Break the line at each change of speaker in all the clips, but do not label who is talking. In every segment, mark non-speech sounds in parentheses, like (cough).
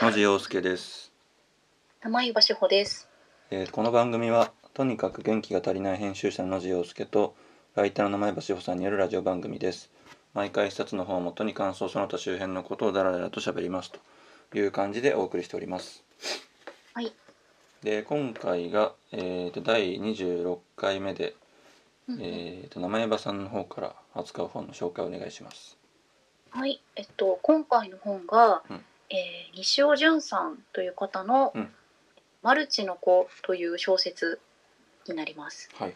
野地洋介です、
玉井橋穂です。
えーこの番組はとにかく元気が足りない編集者の野地洋介とライターの前橋穂さんによるラジオ番組です毎回一冊の本をもとに感想その他周辺のことをダラダラと喋りますという感じでお送りしております
はい。
で今回が、えー、と第26回目で、
うん
えー、と名前場さんの方から扱う本の紹介をお願いします
はい。えっと今回の本が、
うん
えー西尾淳さんという方の、
うん
マルチの子という小説になります。
はい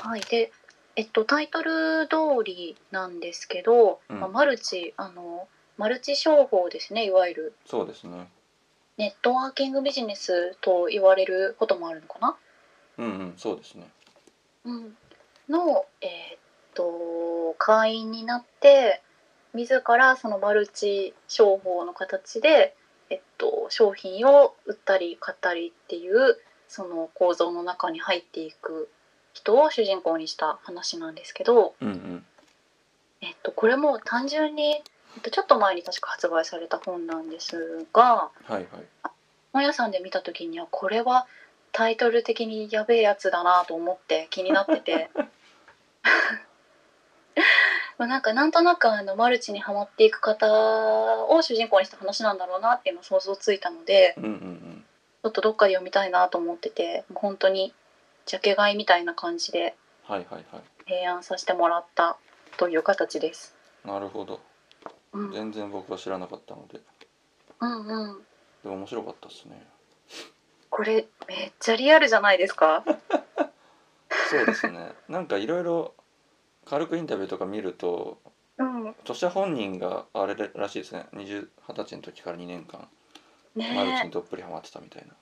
はい
はい。で、えっとタイトル通りなんですけど、
うん
まあ、マルチあのマルチ商法ですね。いわゆる
そうですね
ネットワーキングビジネスと言われることもあるのかな。
うんうんそうですね
うんの、えーっと会員になって自らそのマルチ商法の形で、えっと、商品を売ったり買ったりっていうその構造の中に入っていく人を主人公にした話なんですけど、
うんうん
えっと、これも単純に、えっと、ちょっと前に確か発売された本なんですが
はいはい
本屋さんで見た時にはこれはタイトル的にやべえやつだなと思って気になってて (laughs) まあなんかなんとなくあのマルチにはまっていく方を主人公にした話なんだろうなっていうのを想像ついたので
うんうんうん
ちょっとどっかで読みたいなと思っててもう本当にジャケ買いみたいな感じで
はいはいは
提案させてもらったという形です。
いなるほど
うん、うん
全然僕は知らなかったので
うん
でも面白かったですね
これめっちゃリアルじゃないですか
そうですね (laughs) なんかいろいろ軽くインタビューとか見ると
うん
著者本人があれらしいですね20 20歳の時から2年間
ね
マルチにどっぷりハマってたみたいな、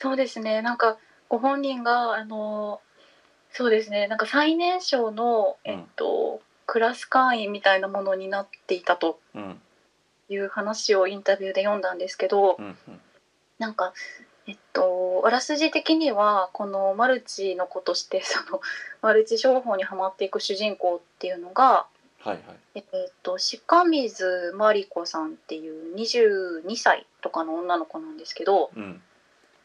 そうですね。なんかご本人があのそうですね。なんか最年少の
うん
えっと、クラス会員みたいなものになっていたと
うん
いう話をインタビューで読んだんですけど、
うんうん
なんかえっとあらすじ的にはこのマルチの子としてその (laughs) マルチ商法にはまっていく主人公っていうのが。
はいはい
えっと、鹿水真理子さんっていう22歳とかの女の子なんですけど、
うん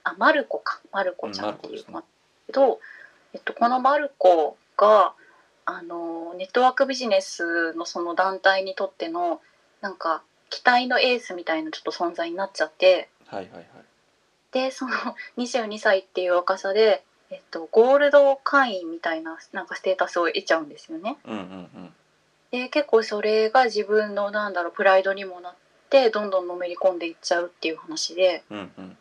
あマルコかマルコちゃんっていう
うん
子
マ
なん
ルコですね
ですけど、えっと、このマルコがあのネットワークビジネスのその団体にとってのなんか期待のエースみたいなちょっと存在になっちゃって
はいはいはい
でその (laughs) 22歳っていう若さで、えっと、ゴールド会員みたいななんかステータスを得ちゃうんですよね。
うんうん
で結構それが自分のなんだろうプライドにもなってどんどんのめり込んでいっちゃうっていう話で。
うんうんうん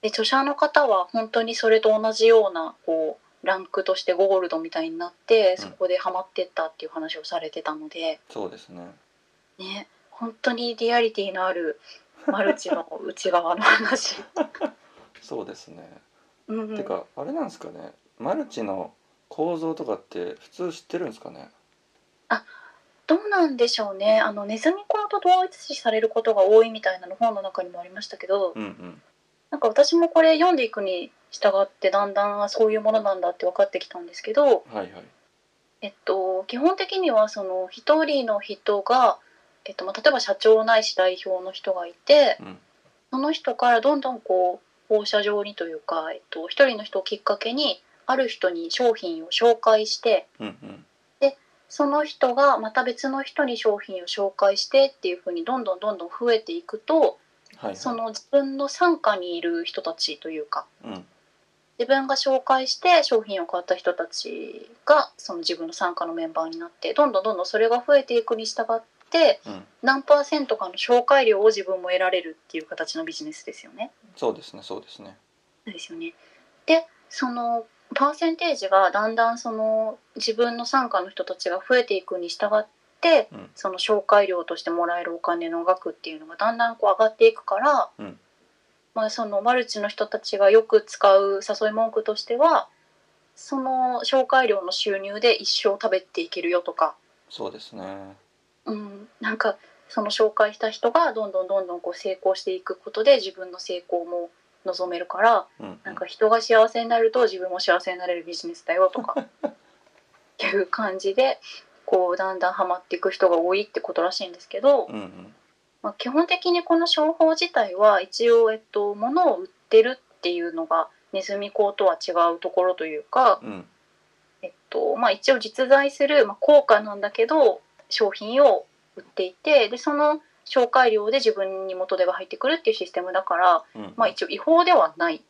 で著者の方は本当にそれと同じようなこうランクとしてゴールドみたいになって
うん
そこでハマってったっていう話をされてたので、
そうですね
ね本当にリアリティのあるマルチの内側の話。
(laughs) そうですね、
うん
てかあれなんですかねマルチの構造とかって普通知ってるんですかね
どうなんでしょうねあのネズミコと同一視されることが多いみたいなの本の中にもありましたけど、
うんうん
なんか私もこれ読んでいくに従ってだんだんあそういうものなんだって分かってきたんですけど、
はいはい
えっと、基本的にはその一人の人が、えっとまあ、例えば社長ないし代表の人がいて
うん
その人からどんどんこう放射状にというか、えっと、一人の人をきっかけにある人に商品を紹介して
うんうん
その人がまた別の人に商品を紹介してっていうふうにどんどんどんどん増えていくと
はいはい
その自分の傘下にいる人たちというか
うん
自分が紹介して商品を買った人たちがその自分の参加のメンバーになってどんどんどんどんそれが増えていくに従って
うん
何パーセントかの紹介料を自分も得られるっていう形のビジネスですよね。
そうですねそうですね
ですよねでそのパーセンテージがだんだんその自分の参加の人たちが増えていくに従って
うん
その紹介料としてもらえるお金の額っていうのがだんだんこう上がっていくから、
うん
まあ、そのマルチの人たちがよく使う誘い文句としてはその紹介料の収入で一生食べていけるよとか、
そうですね
うん、なんかその紹介した人がどんどんどんどんこう成功していくことで自分の成功も望めるから
うんうん
なんか人が幸せになると自分も幸せになれるビジネスだよとかっていう感じでこうだんだんハマっていく人が多いってことらしいんですけど
うんうん
まあ、基本的にこの商法自体は一応、えっと、物を売ってるっていうのがネズミ講とは違うところというか、
うん
えっとまあ、一応実在する、まあ、効果なんだけど商品を売っていてでその紹介料で自分に元手が入ってくるっていうシステムだから、
うん
まあ、一応違法ではない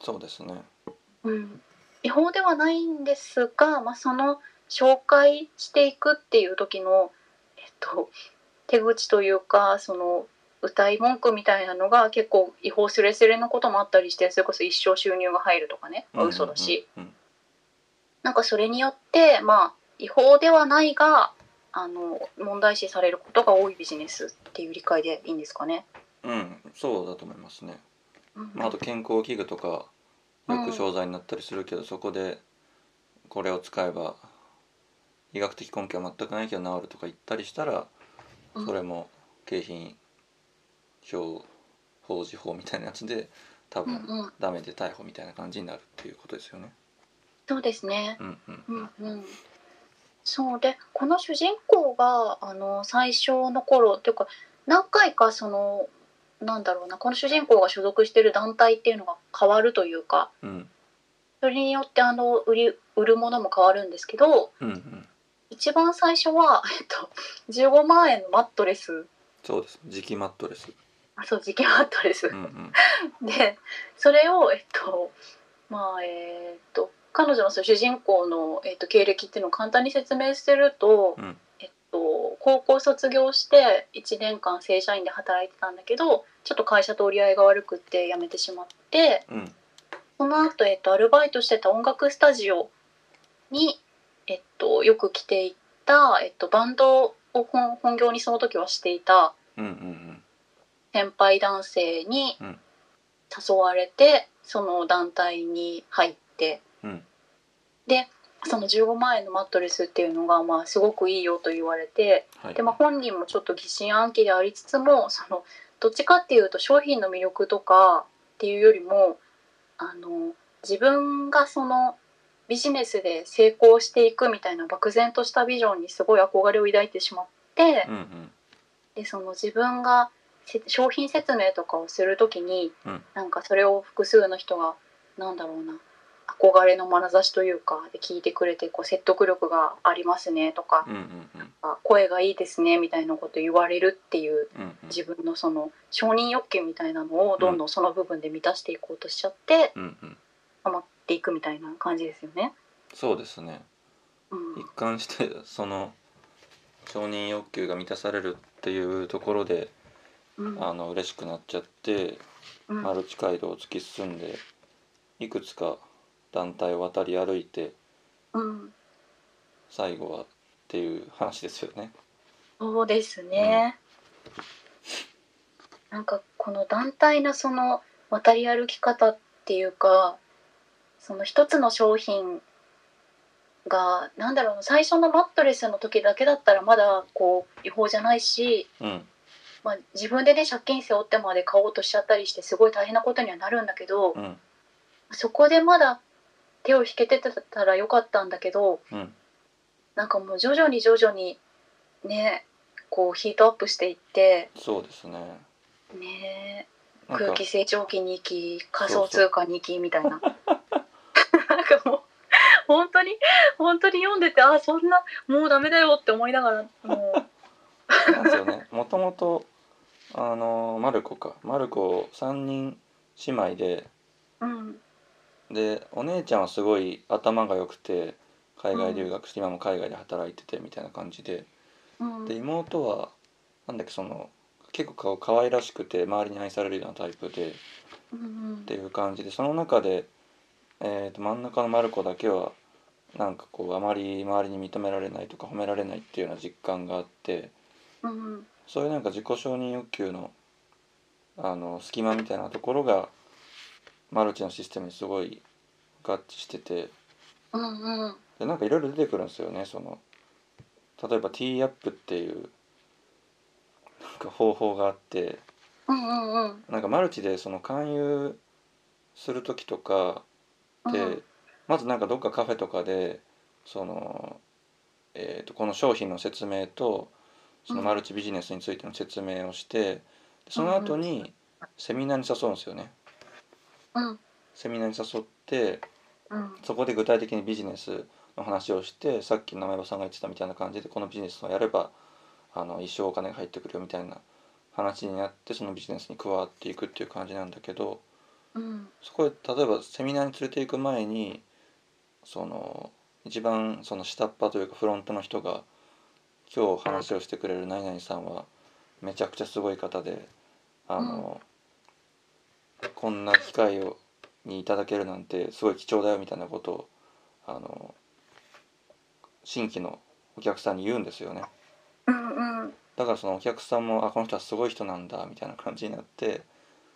そうですね
うん、違法ではないんですが、まあ、その紹介していくっていう時の、えっと、手口というかその歌い文句みたいなのが結構違法スレスレのこともあったりしてそれこそ一生収入が入るとかね、まあ、嘘だし、
うんうん
なんかそれによってまあ違法ではないがあの問題視されることが多いビジネスっていう理解でいいんですかね。
うん、うんそうだと思いますね、
うん
まあ、あと健康器具とかよく商材になったりするけど、そこでこれを使えば医学的根拠は全くないけど治るとか言ったりしたら
うん
それも景品表法事法みたいなやつで多
うん
分
うん、
ダメで逮捕みたいな感じになるっていうことですよね。
そうですね。
うんうん
うんうんそうでこの主人公があの最初の頃っていうか何回かそのなんだろうなこの主人公が所属してる団体っていうのが変わるというか
うん
それによってあの売り売るものも変わるんですけど
うんうん
一番最初は、 (laughs) えっと、15万円のマットレス
そうです磁気マットレス。
あそう時期マットレス
うんうん
でそれをえっとまあえーっと彼女のその主人公の、えっと、経歴っていうのを簡単に説明すると、
うん
えっと、高校卒業して1年間正社員で働いてたんだけどちょっと会社と折り合いが悪くって辞めてしまって
うん
その後、えっとアルバイトしてた音楽スタジオに、えっと、よく来ていた、えっと、バンドを本本業にその時はしていた
うんうん
先輩男性に
うん
誘われて、その団体に入って
うん
その15万円のマットレスっていうのが、まあ、すごくいいよと言われて
はい。
で、まあ、本人もちょっと疑心暗鬼でありつつもそのどっちかっていうと商品の魅力とかっていうよりもあの自分がそのビジネスで成功していくみたいな漠然としたビジョンにすごい憧れを抱いてしまって。
うんうん
でその自分がせ商品説明とかをするときに、
うん
なんかそれを複数の人がなんだろうな憧れの眼差しというかで聞いてくれてこう説得力がありますねとか、
うんうんうん
あ声がいいですねみたいなこと言われるっていう
うんうん
自分のその承認欲求みたいなのをどんどんその部分で満たしていこうとしちゃって
うんうん
ハマっていくみたいな感じですよね。
そうですね。
うん
一貫してその承認欲求が満たされるっていうところで
うん
あの嬉しくなっちゃって
うん
マルチ街道を突き進んでいくつか団体を渡り歩いて
うん
最後はっていう話ですよね。
そうですね。なんかこの団体のその渡り歩き方っていうか、その一つの商品がなんだろうな最初のマットレスの時だけだったらまだこう違法じゃないし、
うん
まあ自分でね借金背負ってまで買おうとしちゃったりしてすごい大変なことにはなるんだけど
う、ん
そこでまだ手を引けてたらよかったんだけど、
うん
なんかもう徐々に徐々にねこうヒートアップしていって
そうですね。
ね
なん
空
か
気成長期に行き仮
そ
想
うそう
通貨に行きみたいな (laughs) なんかもう本当に本当に読んでてあそんなもうダメだよって思いながらも
なんですよね。もともとあのマルコかマルコ三人姉妹で (laughs)
ううん
でお姉ちゃんはすごい頭が良くて海外留学して今も海外で働いててみたいな感じで
うん
で妹はなんだっけその結構顔可愛らしくて周りに愛されるようなタイプで
うん
っていう感じでその中で、えー、と真ん中のマルコだけはなんかこうあまり周りに認められないとか褒められないっていうような実感があって
うん
そういうなんか自己承認欲求のあの隙間みたいなところがマルチのシステムにすごい合致してて
うんうん
でなんかいろいろ出てくるんですよねその例えば T アップっていうなんか方法があって
うんうんうん
なんかマルチでその勧誘する時とかで、まずなんかどっかカフェとかでその、えー、とこの商品の説明とそのマルチビジネスについての説明をしてその後にセミナーに誘うんですよね。
うん
セミナーに誘って
うん
そこで具体的にビジネスの話をしてさっき名前場さんが言ってたみたいな感じでこのビジネスをやればあの一生お金が入ってくるよみたいな話になってそのビジネスに加わっていくっていう感じなんだけど
うん
そこで例えばセミナーに連れて行く前にその一番その下っ端というかフロントの人が今日話をしてくれる何々さんはめちゃくちゃすごい方であの、こんな機会をにいただけるなんてすごい貴重だよみたいなことをあの新規のお客さんに言うんですよね
うんうん
だからそのお客さんもあこの人はすごい人なんだみたいな感じになって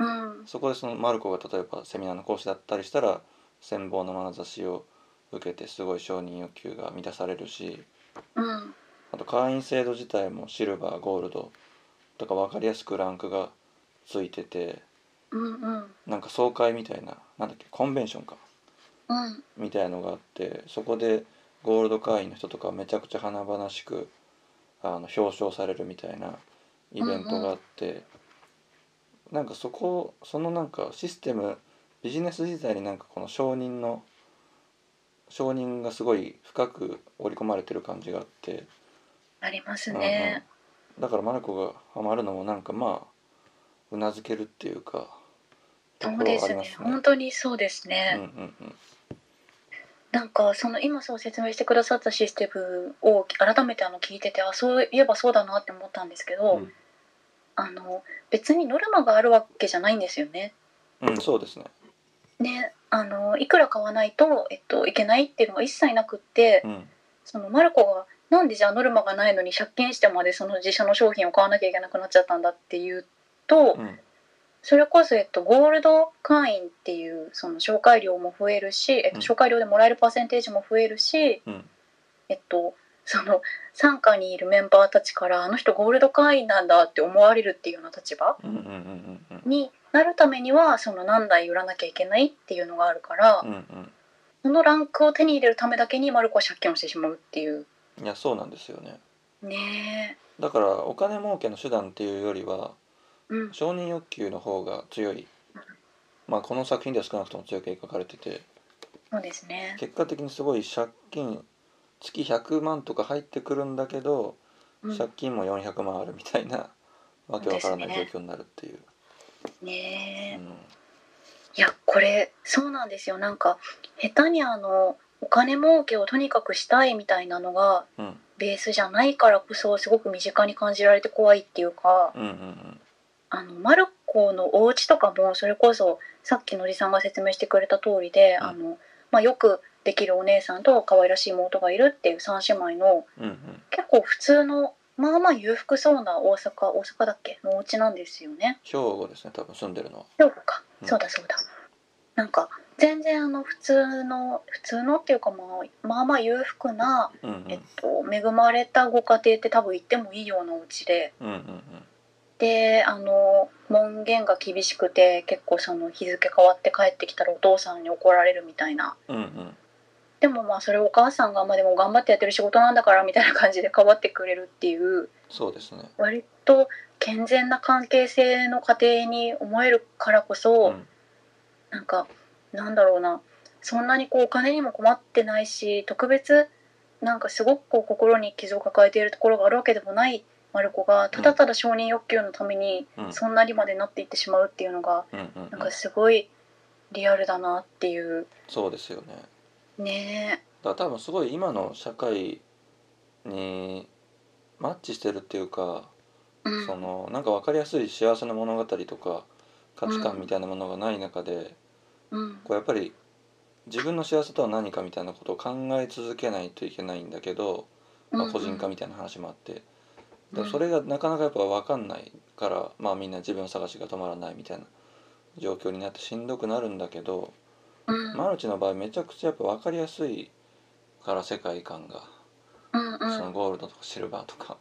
うん
そこでそのマルコが例えばセミナーの講師だったりしたら羨望の眼差しを受けてすごい承認欲求が満たされるし
うん
あと会員制度自体もシルバーゴールドとか分かりやすくランクがついてて
うんうん
なんか総会みたいななんだっけコンベンションか
うん
みたいのがあってそこでゴールド会員の人とかめちゃくちゃ華々しくあの表彰されるみたいなイベントがあって、なんかそこそのなんかシステムビジネス自体になんかこの承認の承認がすごい深く織り込まれてる感じがあって
ありますね
だからマルコがハマるのもなんかまあうなずけるっていうかとこ
そう
ろ
で
はあ
す
り
ね
ますね。
本当にそうですね、
うんうんうん
なんかその今そう説明してくださったシステムを改めてあの聞いててあそういえばそうだなって思ったんですけど、
うん
あの別にノルマがあるわけじゃないんですよね。
うん、そうですね。
ねあのいくら買わないと、えっと、いけないっていうのが一切なくって、
うん、
そのマルコがなんでじゃあノルマがないのに借金してまでその自社の商品を買わなきゃいけなくなっちゃったんだっていうと、
うん、
それこそ、えっと、ゴールド会員っていうその紹介料も増えるし、えっ
う
と、
ん
紹介料でもらえるパーセンテージも増えるし、
うん、
えっと、その傘下にいるメンバーたちからあの人ゴールド会員なんだって思われるっていうような立場
うん、うん、うん、うん、
になるためにはその何台売らなきゃいけないっていうのがあるから、
うん、うん。
そのランクを手に入れるためだけにマルコは借金をしてしまうっていう
いやそうなんですよね
ね
だからお金儲けの手段っていうよりは
えうん
承認欲求の方が強いまあこの作品では少なくとも強く描かれてて
そうですね
結果的にすごい借金月100万とか入ってくるんだけど
うん
借金も400万あるみたいなわけわからない
ですね
状況になるっていう、う
ねえ
ん、
いやこれそうなんですよなんか下手にあのお金儲けをとにかくしたいみたいなのが
うん
ベースじゃないからこそすごく身近に感じられて怖いっていうか、
うんうんうん
あのマルコのお家とかもそれこそさっきのりさんが説明してくれた通りで、
うん
あのまあ、よくできるお姉さんと可愛らしい妹がいるっていう三姉妹の
うんうん
結構普通のまあまあ裕福そうな大阪大阪だっけのお家なんですよね。
兵庫ですね多分住んでるのは
そうか、
うん
そうだそうだ。なんか全然あの普通の普通のっていうかまあまあまあ裕福な、
うんうん
えっと、恵まれたご家庭って多分行ってもいいようなお家で。
うんうん
であの門限が厳しくて結構その日付変わって帰ってきたらお父さんに怒られるみたいな
うんうんうん
でもまあそれお母さんがまあでも頑張ってやってる仕事なんだからみたいな感じで変わってくれるっていう
そうですね
割と健全な関係性の家庭に思えるからこ
う
そ、
ん
なんかなんだろうなそんなにこうお金にも困ってないし特別なんかすごくこう心に傷を抱えているところがあるわけでもないマルコがただただ承認欲求のために、
うん
そんなにまでなっていってしまうっていうのが
うんうん
なん
う
か
ん
すごいリアルだなっていう
そうですよね
ね
だから多分すごい今の社会にマッチしてるっていうか、
え、うん、
そのなんか分かりやすい幸せの物語とか価値観みたいなものがない中で、
うん
こうやっぱり自分の幸せとは何かみたいなことを考え続けないといけないんだけど、まあ、個人化みたいな話もあって、
うん
でそれがなかなかやっぱ分かんないから、まあ、みんな自分探しが止まらないみたいな状況になってしんどくなるんだけど、
うん
マルチの場合めちゃくちゃやっぱ分かりやすいから世界観が。
うんう
その
ん
ゴールドとかシルバーとか、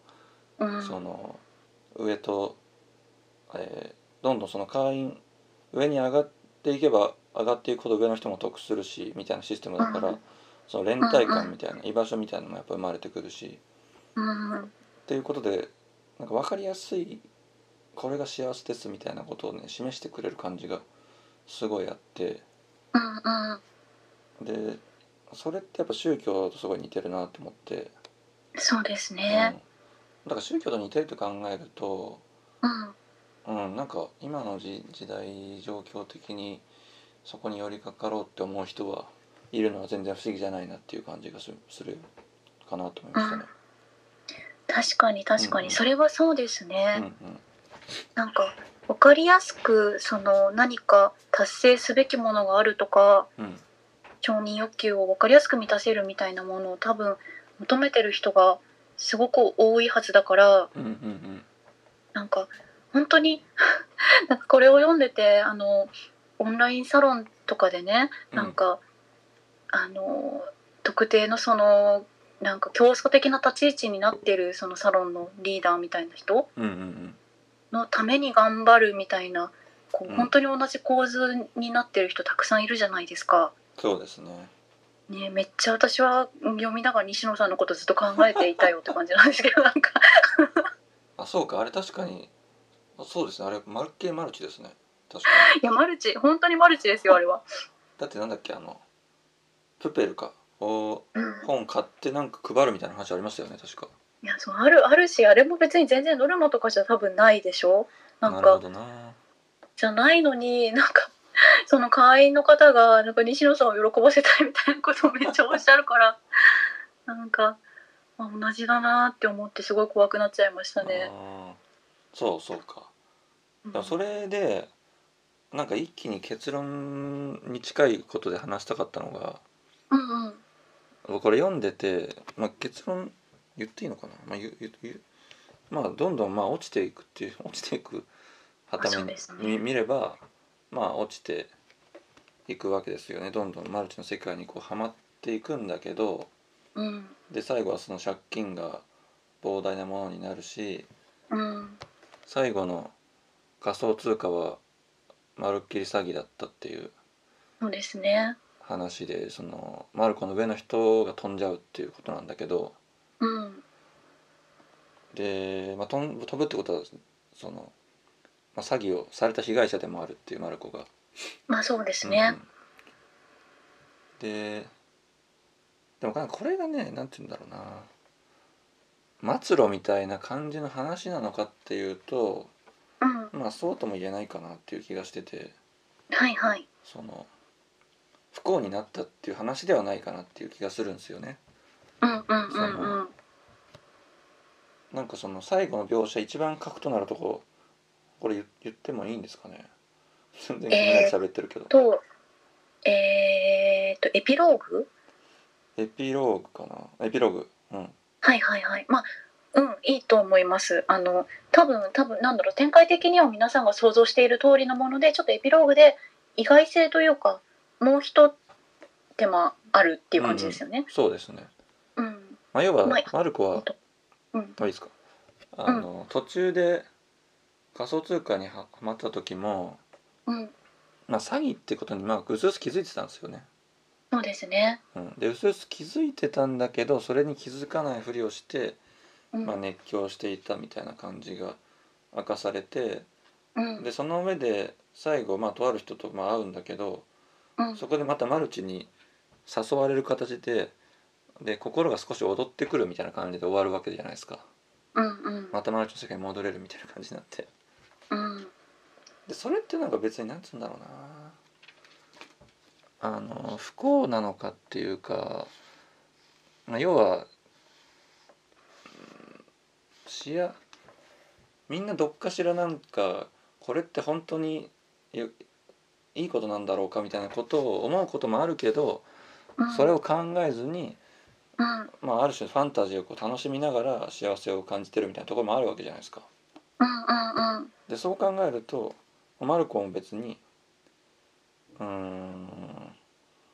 うん
その上と、えーどんどんその会員上に上がっていけば上がっていくほど上の人も得するしみたいなシステムだから、
うん
その連帯感みたいな、居場所みたいなのもやっぱ生まれてくるし
うん
っていうことでなんか分かりやすいこれが幸せですみたいなことをね示してくれる感じがすごいあって
うんうん
でそれってやっぱ宗教とすごい似てるなと思って、
そうです
うん、
ね
だから宗教と似てると考えると、
うん
うん、なんか今の時時代状況的にそこに寄りかかろうって思う人はいるのは全然不思議じゃないなっていう感じがするするかなと思いましたね。
確かに確か
うんう
に
ん
それはそうです
うん
ね、
うん
なんか分かりやすくその何か達成すべきものがあるとか
うん
承認欲求を分かりやすく満たせるみたいなものを多分求めてる人がすごく多いはずだから
うんうん
なんか本当に (laughs) なんかこれを読んでてあのオンラインサロンとかでね
うん
なんか、あの特定のそのなんか競争的な立ち位置になってるそのサロンのリーダーみたいな人
うんうんうん
のために頑張るみたいなこう
うん
本当に同じ構図になってる人たくさんいるじゃないですか。
そうですね。
ねえめっちゃ私は読みながら西野さんのことずっと考えていたよって感じなんですけどなんか
あそうかあれ確かにあそうですねあれマルケマルチですね確かに
いやマルチ本当にマルチですよあれは。
だってなんだっけあのプペルかを
うん
本買ってなんか配るみたいな話ありましたよね確か
いやそうあるあるしあれも別に全然ノルマとかじゃ多分ないでしょなん
るほ
か
どな
じゃないのになんかその会員の方がなんか西野さんを喜ばせたいみたいなことをめっちゃおっしゃるからなんか、まあ、同じだなって思ってすごい怖くなっちゃいましたね。
あーそうそうか
うん
でもそれでなんか一気に結論に近いことで話したかったのが
うんうん
僕これ読んでて、まあ、結論言っていいのかな、まあ言う言う言うまあ、どんどんまあ落ちていくっていう (laughs) 落ちていく
あ
旗
そう
目
ですね
に見れば、まあ、落ちていくわけですよねどんどんマルチの世界にこうはまっていくんだけど
うん
で最後はその借金が膨大なものになるし
うん
最後の仮想通貨はまるっきり詐欺だったっていう
そうですね。
話でそのマルコの上の人が飛んじゃうっていうことなんだけど。
うん
で、まあ、飛ん飛ぶってことはその、まあ、詐欺をされた被害者でもあるっていうマルコが。
まあそうですね。
うんうんででもなんかこれがねなんて言うんだろうな末路みたいな感じの話なのかっていうと
うん、
まあそうとも言えないかなっていう気がしてて
はいはい。
その不幸になったっていう話ではないかなっていう気がするんですよね。
うんうんうんうん。
なんかその最後の描写一番核となるとここれ言言ってもいいんですかね全然気になり喋ってるけど、
とえー、っとエピローグ
エピローグかなエピローグうん
はいはいはい。まあ、うん、いいと思います。あの、多分、多分、なんだろう、展開的には皆さんが想像している通りのもので、ちょっとエピローグで意外性というか、もう一手間あるっていう感じですよね。
そうですね
うん、
まあ、要は
まあ
マルコは
うん、
あいいですかあの、途中で仮想通貨にはまった時も、
うん、
まあ、詐欺ってことにまあうすうす気づいてたんですよね。
そうですね。
うん、でうすうす気づいてたんだけどそれに気づかないふりをして、
うん、
まあ、熱狂していたみたいな感じが明かされて
うん、
でその上で最後、まあ、とある人とまあ会うんだけど
うん、
そこでまたマルチに誘われる形でで心が少し踊ってくるみたいな感じで終わるわけじゃないですか。
うん、うん、
またマルチの世界に戻れるみたいな感じになって。
うん、
でそれってなんか別になんつうんだろうなあの不幸なのかっていうか、まあ、要は、うんしやみんなどっかしらなんかこれって本当によいいことなんだろうかみたいなことを思うこともあるけど
うん、
それを考えずに、
うん、
まあ、ある種ファンタジーをこう楽しみながら幸せを感じてるみたいなところもあるわけじゃないですか。
うん、うん、うん、
でそう考えるとマルコも別にうーん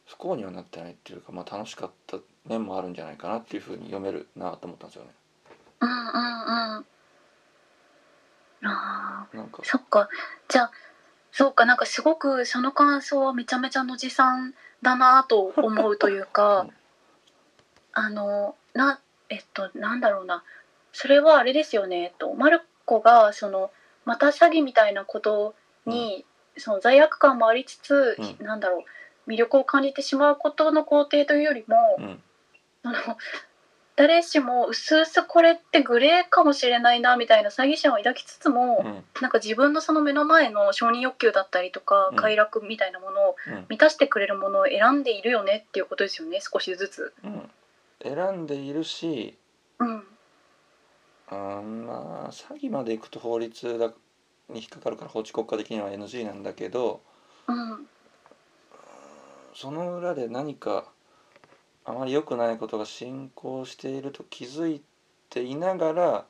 不幸にはなってないっていうか、まあ、楽しかった面もあるんじゃないかなっていうふうに読めるなと思ったんですよね。
うん、うん、うん。ああ。
なんか
そっかじゃあそうかなんかすごくその感想はめちゃめちゃ野地さんだなと思うという
う
か
ん
あのなえっとなんだろうなそれはあれですよね、えっと、マルコがそのまた詐欺みたいなことに、その罪悪感もありつつ、
う
なんだろう魅力を感じてしまうことの肯定というよりも、
うん
あの誰しも薄々これってグレーかもしれないなみたいな詐欺者を抱きつつも、
うん
なんか自分のその目の前の承認欲求だったりとか、
うん
快楽みたいなものを
うん
満たしてくれるものを選んでいるよねっていうことですよね少しずつ。
うん、選んでいるし
うん、
あーまあ詐欺まで行くと法律だに引っかかるから法治国家的には NG なんだけど
うん、
その裏で何かあまり良くないことが進行していると気づいていながら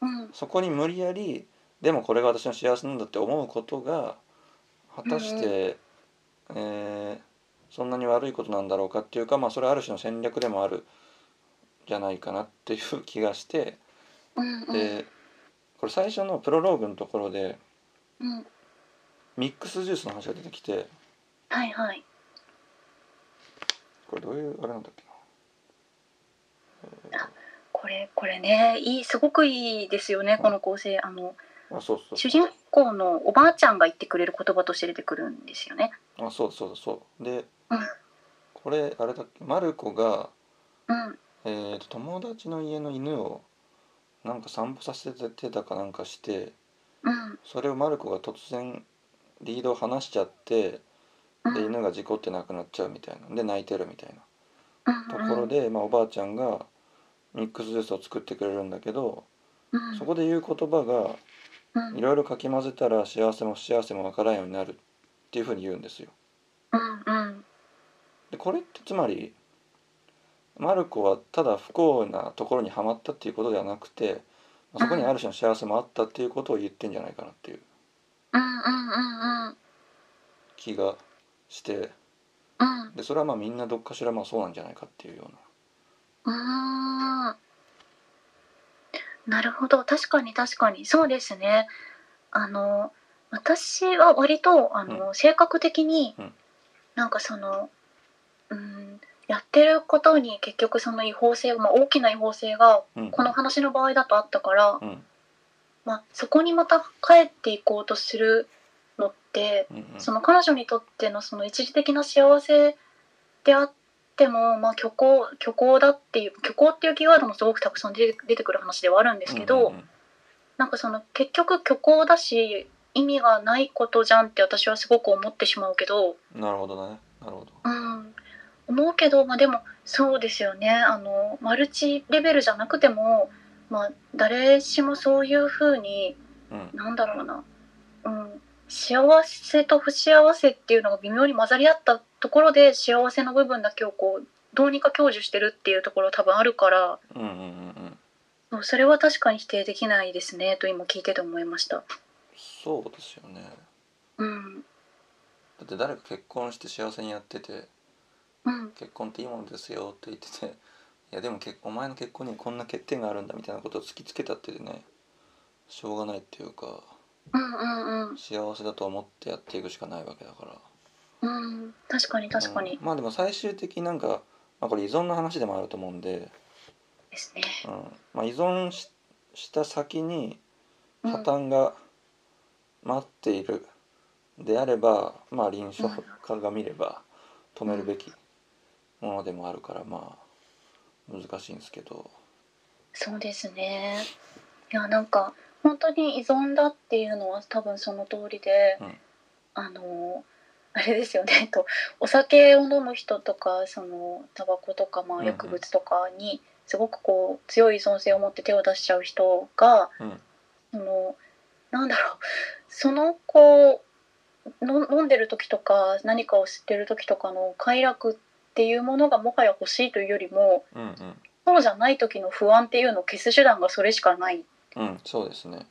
うん
そこに無理やりでもこれが私の幸せなんだって思うことが果たして、えーそんなに悪いことなんだろうかっていうかまあそれはある種の戦略でもあるじゃないかなっていう気がして
うんうん
でこれ最初のプロローグのところで
うん
ミックスジュースの話が出てきて
はいはい。
これどういうあれなんだっけ
これこれねいいすごくいいですよねこの構成あの
なあそうそう
主人公のおばあちゃんが言ってくれる言葉として出てくるんですよね。
あそうそうそうで
うん
これあれだっけマルコが、
うん
えーと友達の家の犬をなんか散歩させてたかなんかして
うん
それをマルコが突然リードを離しちゃって
う
で
ん
犬が事故って亡くなっちゃうみたいなで泣いてるみたいなと
うん
ころで、まあ、おばあちゃんがミックスジュースを作ってくれるんだけど
うん
そこで言う言葉が
うん
いろいろかき混ぜたら幸せも不幸せもわからんようになるっていうふうに言うんですよ。
うんうん
でこれってつまりマルコはただ不幸なところにはまったっていうことではなくてまあそこにある種の幸せもあったっていうことを言ってんじゃないかなっていう
うんうんうんうん
気がして
うん
でそれはまあみんなどっかしらまあそうなんじゃないかっていうよ
うーんなるほど確かに確かにそうですねあの私は割とあの、性格的に、
うん
なんかそのうんやってることに結局その違法性、まあ、大きな違法性が
うな。うん
この話の場合だとあったから、
うん
まあ、そこにまた帰っていこうとするのって
うんうん
その彼女にとってのその一時的な幸せであっても、まあ、虚構虚構だっていう虚構っていうキーワードもすごくたくさん出て出てくる話ではあるんですけど、
うんうん
なんかその結局虚構だし意味がないことじゃんって私はすごく思ってしまうけど、
うんなるほどねなるほど。
うん、思うけど、まあ、でもそうですよねあのマルチレベルじゃなくても、まあ、誰しもそういうふうに
うん
なんだろうな、うん、幸せと不幸せっていうのが微妙に混ざり合ったところで幸せの部分だけをこうどうにか享受してるっていうところ多分あるから
うんうんうんうん
うんそれは確かに否定できないですねと今聞いてて思いました。
そうですよね。
うん
だって誰か結婚して幸せにやってて
うん
結婚っていいものですよって言ってていやでも結お前の結婚にはこんな欠点があるんだみたいなことを突きつけたってねしょうがないっていうか
うんうんうん
幸せだと思ってやっていくしかないわけだから
うん確かに確かに
うんまあでも最終的になんか、まあ、これ依存の話でもあると思うんで、
ですね。
うんまあ、依存しした先に
うん
破綻が待っているであれば、まあ臨床家が見れば止めるべきものでもあるからまあ難しいんですけど。
そうですね。いやなんか本当に依存だっていうのは多分その通りで、
うん
あのあれですよねえっとお酒を飲む人とかそのタバコとかま
うんう
あ
ん
薬物とかにすごくこう強い依存性を持って手を出しちゃう人が
うん
そのなんだろうそのこうの飲んでる時とか何かを知ってる時とかの快楽っていうものがもはや欲しいというよりも、
うんうん
そうじゃない時の不安っていうのを消す手段がそれしかない、
うん、そうですね。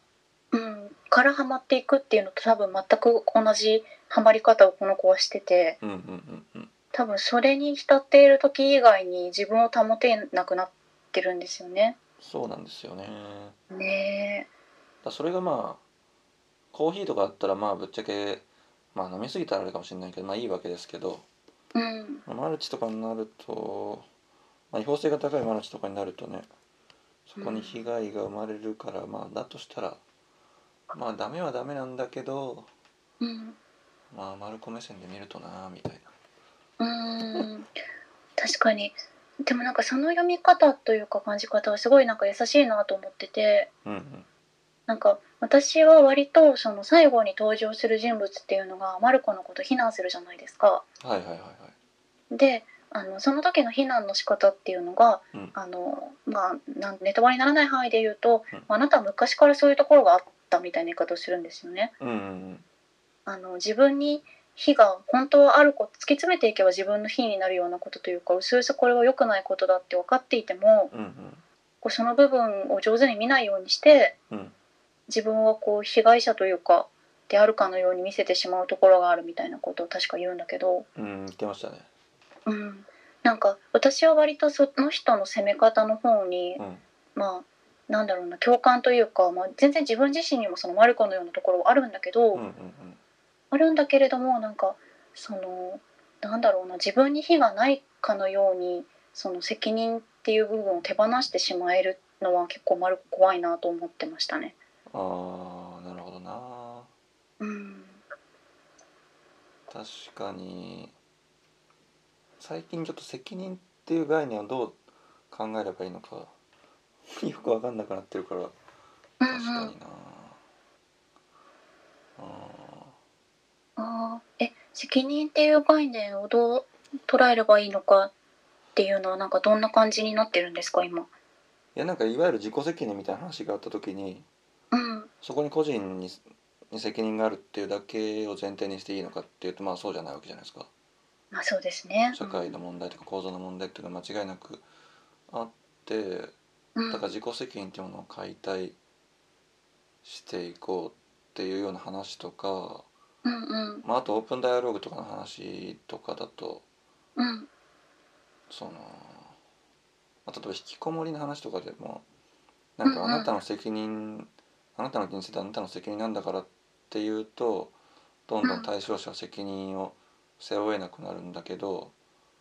うん、からハマっていくっていうのと多分全く同じハマり方をこの子はしてて
うんうんうんうん。
多分それに浸っている時以外に自分を保てなくなってるんですよね。
そうなんですよね。だか
ね
らそれがまあコーヒーとかだったらまあぶっちゃけまあ飲みすぎたらあれかもしれないけどまあいいわけですけど、
えうん
まあマルチとかになると、まあ、違法性が高いマルチとかになるとねそこに被害が生まれるから、まあだとしたらまあダメはダメなんだけど
うん
まあマルコ目線で見るとなみたいな
うーん確かにでもなんかその読み方というか感じ方はすごいなんか優しいなと思ってて
うんうん
なんか私は割とその最後に登場する人物っていうのがマルコのことを非難するじゃないですか。
はいはいはいはい
であのその時の非難の仕方っていうのが、
うん
あのまあ、なんネタバレにならない範囲で言うと、
うん
あなたは昔からそういうところがあったみたいな言い方をするんですよね。
うんうん
あの自分に非が本当はあること突き詰めていけば自分の非になるようなことというかうすうすこれは良くないことだって分かっていても
うんうん
こうその部分を上手に見ないようにして
うん
自分はこう被害者というかであるかのように見せてしまうところがあるみたいなことを確か言うんだけど、
うんうん言ってましたね
うん、なんか私は割とその人の攻め方の方に
うん
まあなんだろうな共感というか、まあ、全然自分自身にもそのマルコのようなところはあるんだけど、
うんうんうん
あるんだけれどもなんかそのなんだろうな自分に非がないかのようにその責任っていう部分を手放してしまえるのは結構丸く怖いなと思ってましたね。
ああなるほどな
うん、
確かに最近ちょっと責任っていう概念をどう考えればいいのかよく分かんなくなってるから
うん
確か
うん
になあ
あーえ責任っていう概念をどう捉えればいいのかっていうのはなんかどんな感じになってるんですか今。
ーいやなんかいわゆる自己責任みたいな話があった時に
うん
そこに個人にに責任があるっていうだけを前提にしていいのかっていうとまあそうじゃないわけじゃないですか
まあそうですね。
社会の問題とか構造の問題っていうのは間違いなくあって
うん
だから自己責任っていうものを解体していこうっていうような話とか、
うんうん
まあ、あとオープンダイアローグとかの話とかだと
うん
その、まあ、例えば引きこもりの話とかでもなんか
う
あ
んうん
なたの責任あなたの人生であなたの責任なんだからっていうとどんどん対象者は責任を背負えなくなるんだけど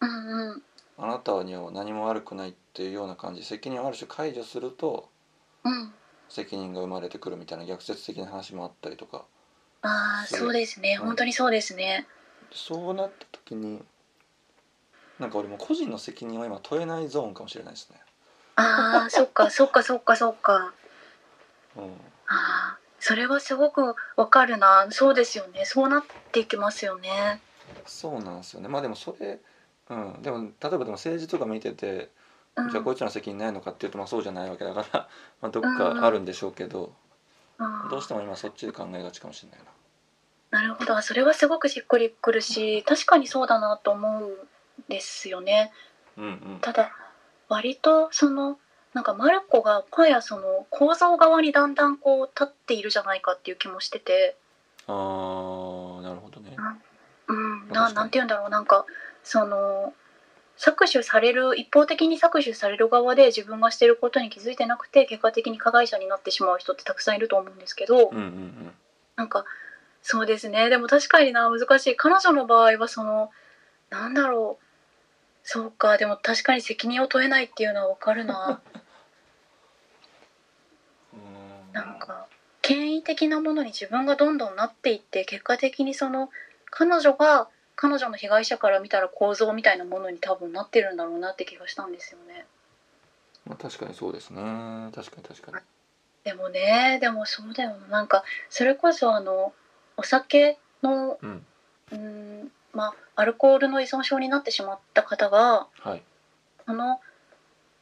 うんうん
あなたには何も悪くないっていうような感じ責任をある種解除すると
うん。
責任が生まれてくるみたいな逆説的な話もあったりとか
ああそうですね。
うん
本当にそうですね。
そうなった時になんか俺も個人の責任は今問えないゾーンかもしれないですね。
ああ、そっか、そっか、そっか、そっか。
うん、
ああ、それはすごくわかるな。そうですよね。そうなっていきますよね。
そうなんですよねまあでもそれ、うん、でも例えばでも政治とか見てて
うん、
じゃあこいつらの責任ないのかっていうとまあそうじゃないわけだから (laughs) まあどっかあるんでしょうけどどうして
も。
も今そっちで考えがちかもしれないな。
なるほど。それはすごくしっくりくるし、確かにそうだなと思うんですよね。
うんうん、
ただ、割とその、なんかマルコがパンやその構造側にだんだんこう立っているじゃないかっていう気もしてて、
あーなるほどね。
うん、
確か
な
に
なんて言うんだろうなんかその搾取される一方的に搾取される側で自分がしてることに気づいてなくて結果的に加害者になってしまう人ってたくさんいると思うんですけど、
うんうんうん
なんかそうですねでも確かにな難しい彼女の場合はそのなんだろうそうかでも確かに責任を問えないっていうのはわかるな
うん
なんか権威的なものに自分がどんどんなっていって結果的にその彼女が彼女の被害者から見たら構造みたいなものに多分なってるんだろうなって気がしたんですよね。
まあ、確かにそうですね確かに確かに。
でもねでもそうだよななんかそれこそあのお酒の
うん
うーんまあアルコールの依存症になってしまった方が
はい、
その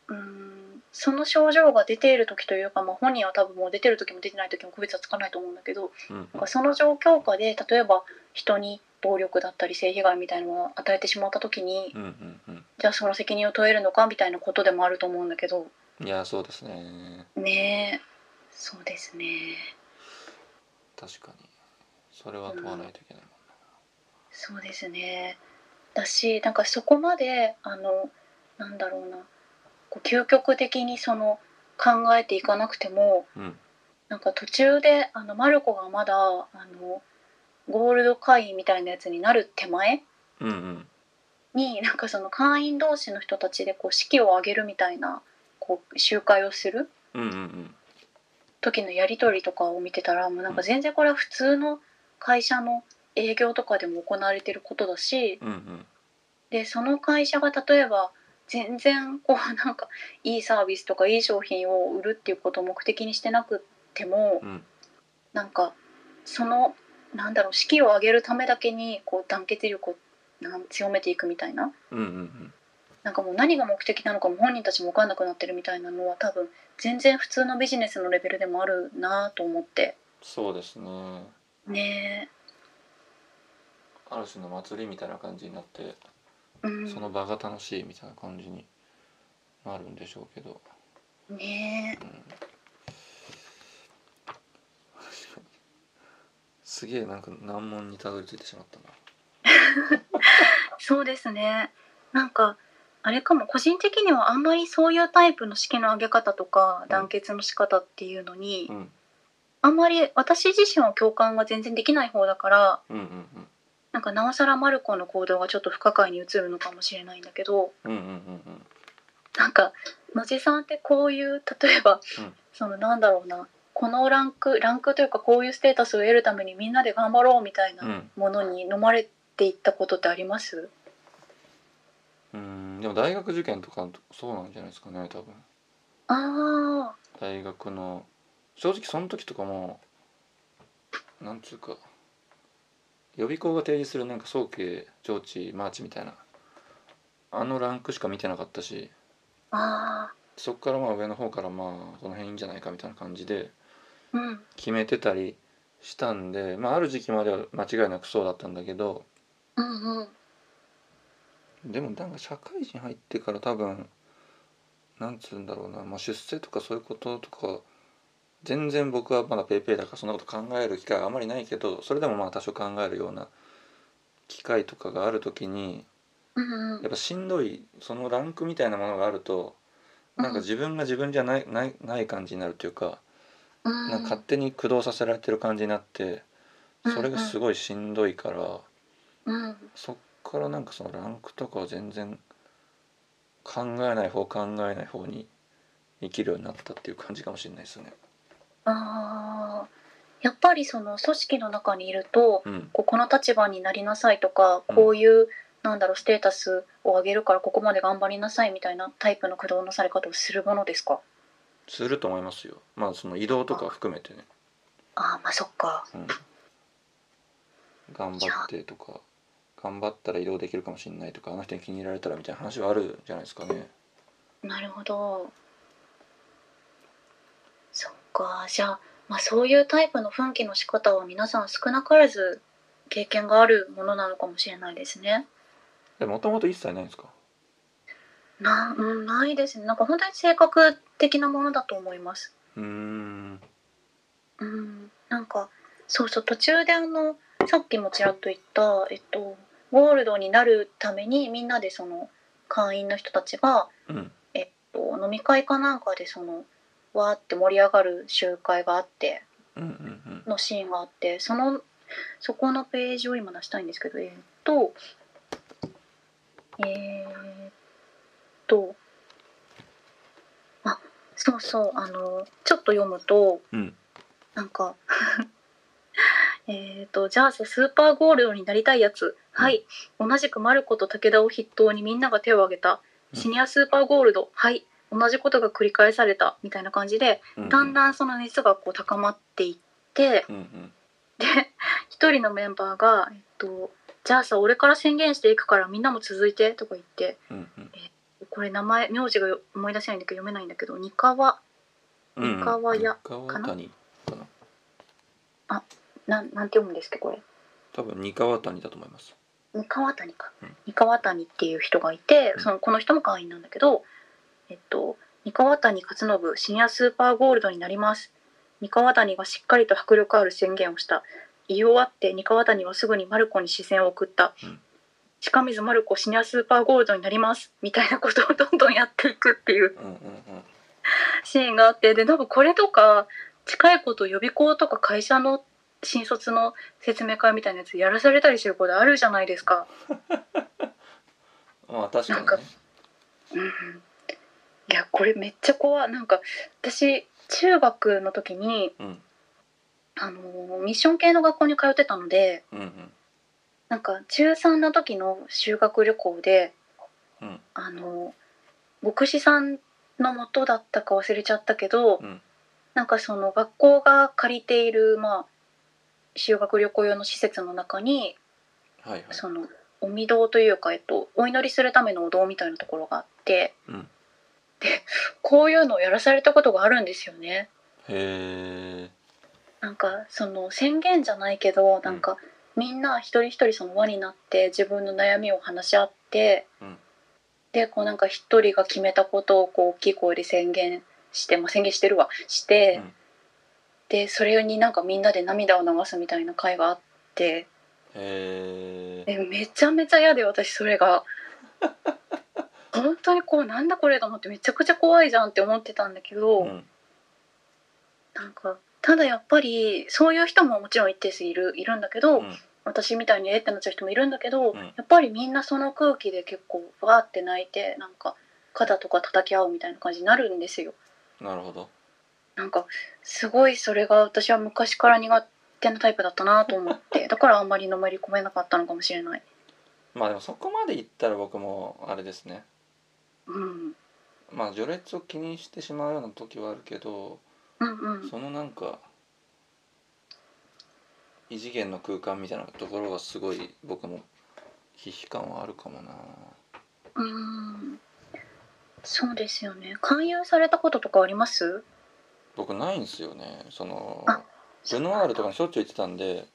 うーんその症状が出ている時というか、まあ、本人は多分もう出てる時も出てない時も区別はつかないと思うんだけど
うん
なんかその状況下で例えば人に暴力だったり性被害みたいなのを与えてしまった時に
うんうんうん
じゃあその責任を問えるのかみたいなことでもあると思うんだけど
うん、いやそうですね。
ねえそうですね
確かにそれは問わないといけないもんな、
そうですねだしなんかそこまであのなんだろうなこう究極的にその考えていかなくても
うん
なんか途中であのマルコがまだあのゴールド会員みたいなやつになる手前
うんうん
になんかその会員同士の人たちでこう式を挙げるみたいなこう集会をする
うんうんうん
時のやり取りとかを見てたらもうなんか全然これは普通の会社の営業とかでも行われてることだし
うんうん
でその会社が例えば全然こう (laughs) なんかいいサービスとかいい商品を売るっていうことを目的にしてなくっても
うん
なんかそのなんだろう士気を上げるためだけにこう団結力をなん強めていくみたいな
うんうん
なんかもう何が目的なのかも本人たちも分かんなくなってるみたいなのは多分全然普通のビジネスのレベルでもあるなと思って
そうですね
ね
ある種の祭りみたいな感じになって
えうん
その場が楽しいみたいな感じになるんでしょうけど、
ねえ
うん、すげえなんか難問にたどり着いてしまったな
そうですねなんかあれかも個人的にはあんまりそういうタイプの式の上げ方とか
ん
団結の仕方っていうのに、
うん
あんまり私自身は共感が全然できない方だから
うんうんうん
なんかなおさらマルコの行動がちょっと不可解に映るのかもしれないんだけど、
うんうんうんうん
なんか野地さんってこういう例えば、
うん
そのなんだろうなこのランクランクというかこういうステータスを得るためにみんなで頑張ろうみたいなものに飲まれていったことってあります、
うんうんでも大学受験とかそうなんじゃないですかね多分
あ
大学の正直その時とかもなんつうか予備校が提示するなんか早慶上智マーチみたいなあのランクしか見てなかったし
あああ
そこからまあ上の方からまあこの辺いいんじゃないかみたいな感じで
うん
決めてたりしたんで、まあ、ある時期までは間違いなくそうだったんだけど
うんうん
でもなんか社会人入ってから多分なんつうんだろうな、まあ、出世とかそういうこととか全然僕はまだペイペイだからそんなこと考える機会があまりないけどそれでもまあ多少考えるような機会とかがある時に
うんう
やっ
ん
ぱしんどいそのランクみたいなものがあるとなんか自分が自分じゃないないない感じになるというか
うん
なんか勝手に駆動させられてる感じになってそれがすごいしんどいから。
うん
そっからなんかそのランクとかを全然考えない方考えない方に生きるようになったっていう感じかもしれないですね。
ああやっぱりその組織の中にいると
うん、
こうこの立場になりなさいとか
うん
こういう、なんだろうステータスを上げるからここまで頑張りなさいみたいなタイプの駆動のされ方をするものですか
すると思いますよ。まあその移動とか含めてね。
ああまあそっか
うん、頑張ってとか頑張ったら移動できるかもしれないとかあの人に気に入られたらみたいな話はあるじゃないですかね。
なるほどそっかじゃあ,、まあそういうタイプの奮起の仕方は皆さん少なからず経験があるものなのかもしれないですね。
でもともと一切ないんですか
な,、うん、ないですねなんか本当に性格的なものだと思います。
うーん
うん、なんかそうそう途中であのさっきもちらっと言った、えっと、ゴールドになるためにみんなでその会員の人たちが、
うん
えっと、飲み会かなんかでそのわーって盛り上がる集会があって
うんうんうん
のシーンがあってそのそこのページを今出したいんですけどえーっとえーっとあそうそうあのちょっと読むと
うん
なんか (laughs) えっとじゃあスーパーゴールドになりたいやつはい同じくマルコと武田を筆頭にみんなが手を挙げた
うん
シニアスーパーゴールドはい同じことが繰り返されたみたいな感じで
うん
だんだんその熱がこう高まっていって
うんうん
で一人のメンバーが、えっと「じゃあさ俺から宣言していくからみんなも続いて」とか言って
うんうん
これ名前名字がよ思い出せないんだけど読めないんだけど二川
うんうん
三河屋
三
か
河
な
谷かな
なんなんて読むんですっけこれ
多分三河谷だと思います。
三河谷か
うん
三河谷っていう人がいて
うん
そのこの人も会員なんだけど、えっと、三河谷勝信シニアスーパーゴールドになります三河谷がしっかりと迫力ある宣言をした言い終わって三河谷はすぐにマルコに視線を送った、
うん
近水マルコシニアスーパーゴールドになりますみたいなことをどんどんやっていくっていう (laughs)
うんうんうん。
シーンがあってで多分これとか近いこと予備校とか会社の新卒の説明会みたいなやつやらされたりすることあるじゃないですか。
まあ確かに
なんか
ね。
うんいやこれめっちゃ怖いなんか私中学の時に、
うん
あのーミッション系の学校に通ってたので
うんうん
なんか中3の時の修学旅行で、
うん
あのー牧師さんの元だったか忘れちゃったけど、
うん
なんかその学校が借りている、まあ、修学旅行用の施設の中に
はいはい
そのお御堂というか、えっと、お祈りするためのお堂みたいなところがあって、
うん
でこういうのをやらされたことがあるんですよね。
へえ
なんかその宣言じゃないけどなんか、みんな一人一人その輪になって自分の悩みを話し合って、
うん
でこうなんか一人が決めたことをこう大きい声で宣言して、まあ、宣言してるわして、
うん
でそれになんかみんなで涙を流すみたいな会があって。
へえ
えめちゃめちゃ嫌で私そ
(laughs)
れが本当にこうなんだこれと思ってめちゃくちゃ怖いじゃんって思ってたんだけど、
うん
なんかただやっぱりそういう人ももちろん一定数いるいるんだけど、
うん
私みたいにえってなっちゃう人もいるんだけど、
うん
やっぱりみんなその空気で結構わーって泣いてなんか肩とか叩き合うみたいな感じになるんですよ。
なるほど
なんかすごいそれが私は昔から苦手なタイプだったなと思ってだからあんまりのめり込めなかったのかもしれない。
まあでもそこまでいったら僕もあれですね
うん、
まあ序列を気にしてしまうような時はあるけど
うん、うん
そのなんか異次元の空間みたいなところがすごい僕も危機感はあるかもな
うーんそうですよね。勧誘されたこととかあります？
僕ないんですよねその
あ
ルノワールとかにしょっちゅう行ってたんで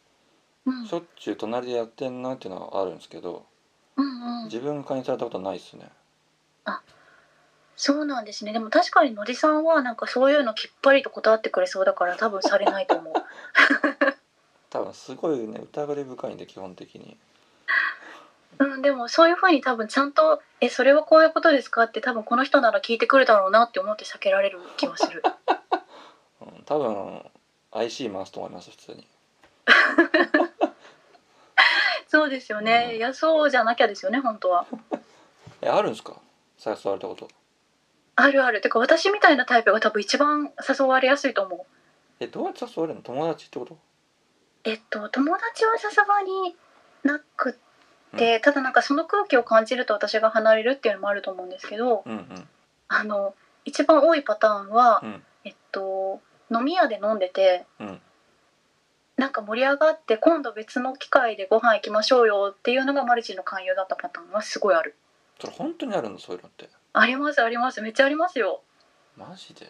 うん、
しょっちゅう隣でやってんなっていうのはあるんですけど
うんうん、
自分が加入されたことはないですね
そうなんですね。でも確かにのりさんはなんかそういうのきっぱりと断ってくれそうだから多分されない
(laughs)
と思う。
多分すごいね疑り深いんで基本的に
うん、でもそういうふうに多分ちゃんと「えそれはこういうことですか?」って多分この人なら聞いてくるだろうなって思って避けられる気が
(laughs)
する。
うん多分 IC 回すと思います普通に
そうですよね。
うん
いやそうじゃなきゃですよね本当は。
えあるんですか誘われたこと
あるある。てか私みたいなタイプが多分一番誘われやすいと思う。
えどうやって誘われるの友達ってこと
えっと友達はさすがになくって、ただなんかその空気を感じると私が離れるっていうのもあると思うんですけど、
うんうん
あの一番多いパターンは、
うん
えっと飲み屋で飲んでて
うん
なんか盛り上がって今度別の機会でご飯行きましょうよっていうのがマルチの勧誘だったパターンはすごいある。
それ本当にあるのそういうのって
ありますありますめっちゃありますよ。
マジで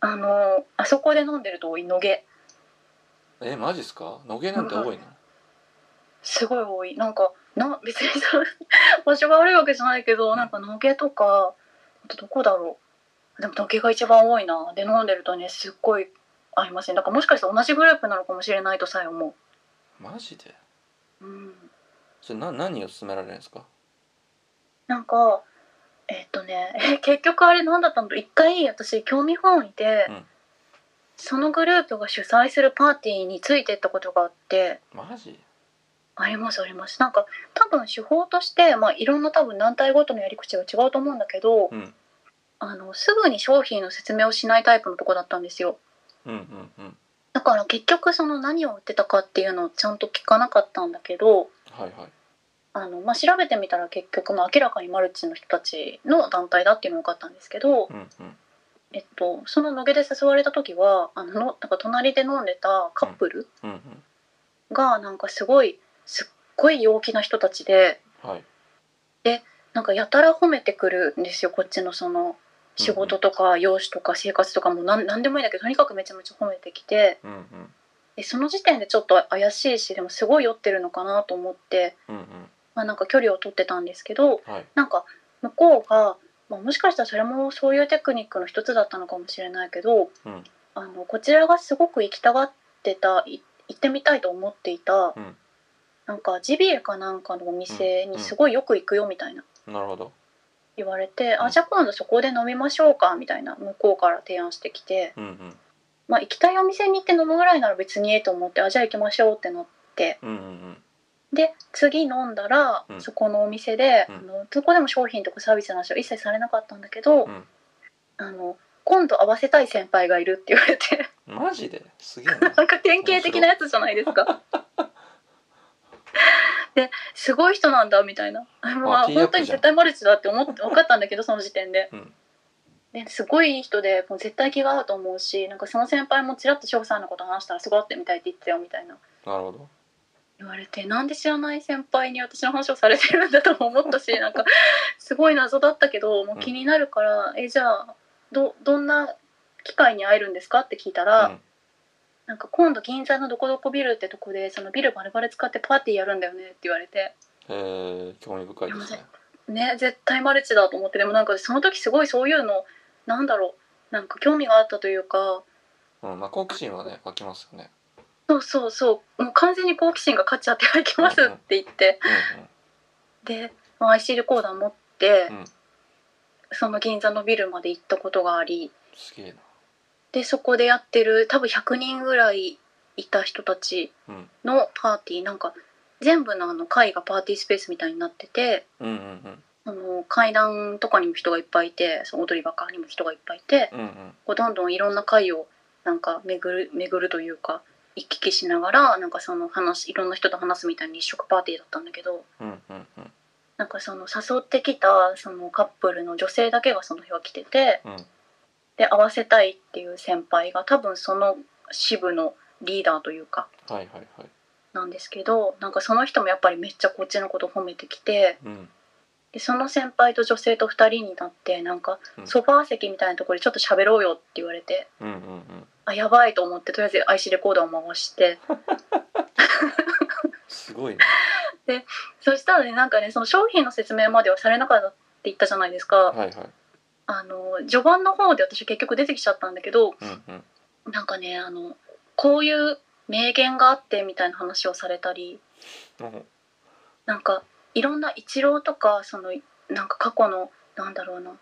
あのあそこで飲んでると多い野毛
えマジっすか野毛なんて多いの
すごい多いなんかな別にその (laughs) 場所が悪いわけじゃないけどなんか野毛とかあとどこだろうでも野毛が一番多いなで飲んでるとねすっごい合いませんだからもしかしたら同じグループなのかもしれないとさえ思
マジで
う、うん、
それな何を勧められるんですか
なんかえっとねえ結局あれ何だったんだろう一回私興味本位で、
うん
そのグループが主催するパーティーについてったことがあって
マジ
ありますありますなんか多分手法として、まあ、いろんな多分団体ごとのやり口が違うと思うんだけど、
うん
あのすぐに商品の説明をしないタイプのとこだったんですよ
うんうんうん
だから結局その何を売ってたかっていうのをちゃんと聞かなかったんだけど
はいはい
あの、まあ、調べてみたら結局、まあ、明らかにマルチの人たちの団体だっていうのが分かったんですけど、
うんうん
えっと、その野毛で誘われた時はあののなんか隣で飲んでたカップル
うんうん
がなんかすごいすっごい陽気な人たちで
はい
なんかやたら褒めてくるんですよこっちのその仕事とか容姿とか生活とかも何何でもいいんだけどとにかくめちゃめちゃ褒めてきて。
うんうん
でその時点でちょっと怪しいしでもすごい酔ってるのかなと思って、
うんうん
まあ、なんか距離を取ってたんですけど
はい
なんか向こうが、まあ、もしかしたらそれもそういうテクニックの一つだったのかもしれないけど、
うん
あのこちらがすごく行きたがってたい行ってみたいと思っていた、
うん
なんかジビエかなんかのお店
うん
にすごいよく行くよみたいな
なるほど
言われて、
うん
あじゃあ今度そこで飲みましょうかみたいな向こうから提案してきて、
うんうん
まあ、行きたいお店に行って飲むぐらいなら別にええと思ってあじゃあ行きましょうってなって。
うんうん
で次飲んだら、
うん
そこのお店で、
うん
あのどこでも商品とかサービスの話は一切されなかったんだけど、
うん
あの今度会わせたい先輩がいるって言わ
(laughs)
れて
マジです (laughs) げえな
なんか典型的なやつじゃないですか。ですごい人なんだみたいな、まあ、
ティーアッ
本
プじゃ
当
ん
に絶対マルチだって思って分かったんだけどその時点で
うん
ですごいいい人でもう絶対気が合うと思うしなんかその先輩もちらっと翔さんのこと話したらすごい会ってみたいって言ってたよみたいな
なるほど
言われてなんで知らない先輩に私の話をされてるんだとも思
(laughs)
ったしなんかすごい謎だったけどもう気になるから、えじゃあどどんな機会に会えるんですかって聞いたら、
うん
なんか今度銀座のどこどこビルってとこでそのビルバレバレ使ってパーティーやるんだよねって言われて
えー、興味深いですね
ね絶対マルチだと思ってでもなんかその時すごいそういうのなんだろうなんか興味があったというか
うんまあ好奇心はね湧きますよね
そうそうそうもう完全に好奇心が勝っちゃって「はい行きます」って言ってで、まあ、IC レコーダー持って、
うん
その銀座のビルまで行ったことがあり
すげえな
でそこでやってる多分100人ぐらいいた人たち
うん
のパーティーなんか全部のあの階がパーティースペースみたいになってて
うんうん
あの階段とかにも人がいっぱいいてその踊り場かにも人がいっぱいいて
うんうんうん
こうどんどんいろんな階をなんか巡る巡るというか行き来しながらなんかその話いろんな人と話すみたいな一色パーティーだったんだけど
うんうんうん
なんかその誘ってきたそのカップルの女性だけがその日は来てて
うん
で会わせたいっていう先輩が多分その支部のリーダーというか
はいはいはい
なんですけどなんかその人もやっぱりめっちゃこっちのこと褒めてきて
うん
でその先輩と女性と2人になってなんか
うん
ソファー席みたいなところでちょっと喋ろうよって言われて
うんうんうん
あやばいと思ってとりあえず IC レコーダーを回して
すごいね
そしたらねなんかねその商品の説明まではされなかったって言ったじゃないですか
はいはい
あの序盤の方で私結局出てきちゃったんだけ
う
ど
んうん
なんかねあのこういう名言があってみたいな話をされたり
うん
なんかいろんな一郎とかそのなんか過去のなんだろうな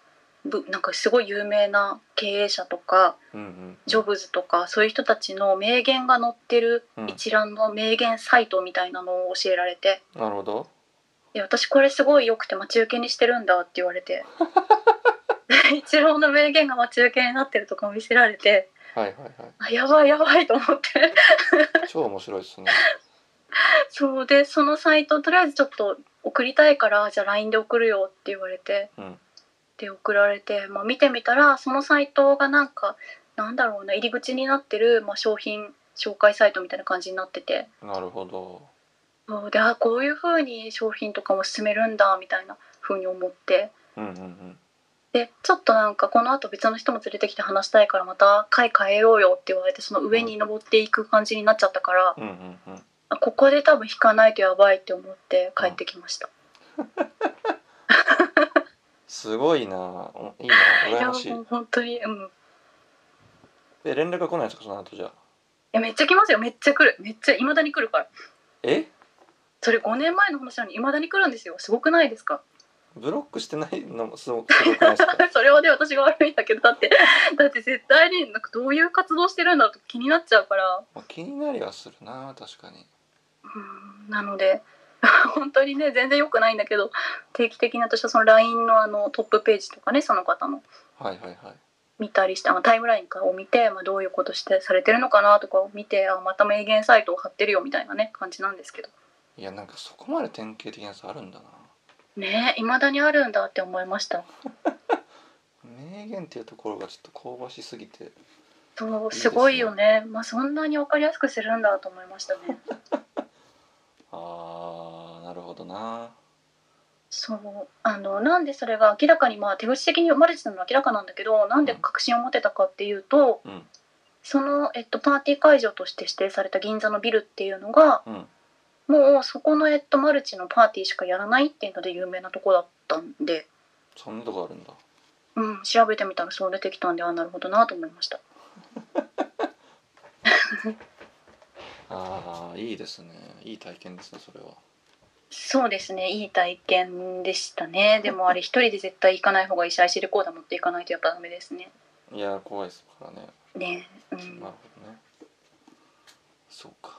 ぶなんかすごい有名な経営者とか
うんうん
ジョブズとかそういう人たちの名言が載ってる
うん
一覧の名言サイトみたいなのを教えられて
なるほど
「いや私これすごい良くて待ち受けにしてるんだ」って言わ
(laughs)
れて一郎の名言が待ち受けになってるとか見せられて
はいはいは
あやばいやばいと思って。
い超面白いですね
そうでそのサイトとりあえずちょっと送りたいからじゃあ LINE で送るよって言われて
うん
で送られて、まあ、見てみたらそのサイトがなんかなんだろうな入り口になってる、まあ、商品紹介サイトみたいな感じになってて
なるほど
そうであこういう風に商品とかも進めるんだみたいな風に思って
うんうんうん
でちょっとなんかこのあと別の人も連れてきて話したいからまた回変えようよって言われてその上に登っていく感じになっちゃったから、
うんうんうん
あここで多分引かないとやばいって思って帰ってきました。
すごいなおいいない羨
や
ましい
もう本当に、うん、
え連絡が来ないんですかその後じゃあ
えめっちゃ来ますよめっちゃ来るめっちゃいまだに来るから
え
それ5年前の話なのにいまだに来るんですよすごくないですか (laughs)
ブロックしてないのもすごすごくないですか (laughs)
それはね私が悪いんだけどだって (laughs) だって絶対になんかどういう活動してるんだろうと気になっちゃうから
まあ気になりはするな確かに
うんなので (laughs) 本当にね全然良くないんだけど定期的に私はその LINE のあのトップページとかねその方の
はいはいはい
見たりしてあのタイムラインかを見て、まあ、どういうことしてされてるのかなとかを見てあまた名言サイトを貼ってるよみたいなね感じなんですけど
いやなんかそこまで典型的なやつあるんだな
ねえいまだにあるんだって思いました
名言っていうところがちょっと香ばしすぎて
そうすごいよね。まあそんなにわかりやすくするんだと思いましたね。
あーなるほどな
そうあのなんでそれが明らかにまあ手口的に生まれてたのは明らかなんだけど、なんで確信を持てたかっていうと、
うん
そのえっとパーティー会場として指定された銀座のビルっていうのが、
うん
もうそこのえっとマルチのパーティーしかやらないっていうので有名なとこだったんで、
そんなとこあるんだ
うん調べてみたらそう出てきたんであなるほどなと思いました。
あーいいですねいい体験ですねそれは
そうですねいい体験でしたねでもあれ一人で絶対行かない方がいいし IC レコーダー持っていかないとやっぱダメですね
いや怖いですからね
ねう
なるほ
ん、
どねそうか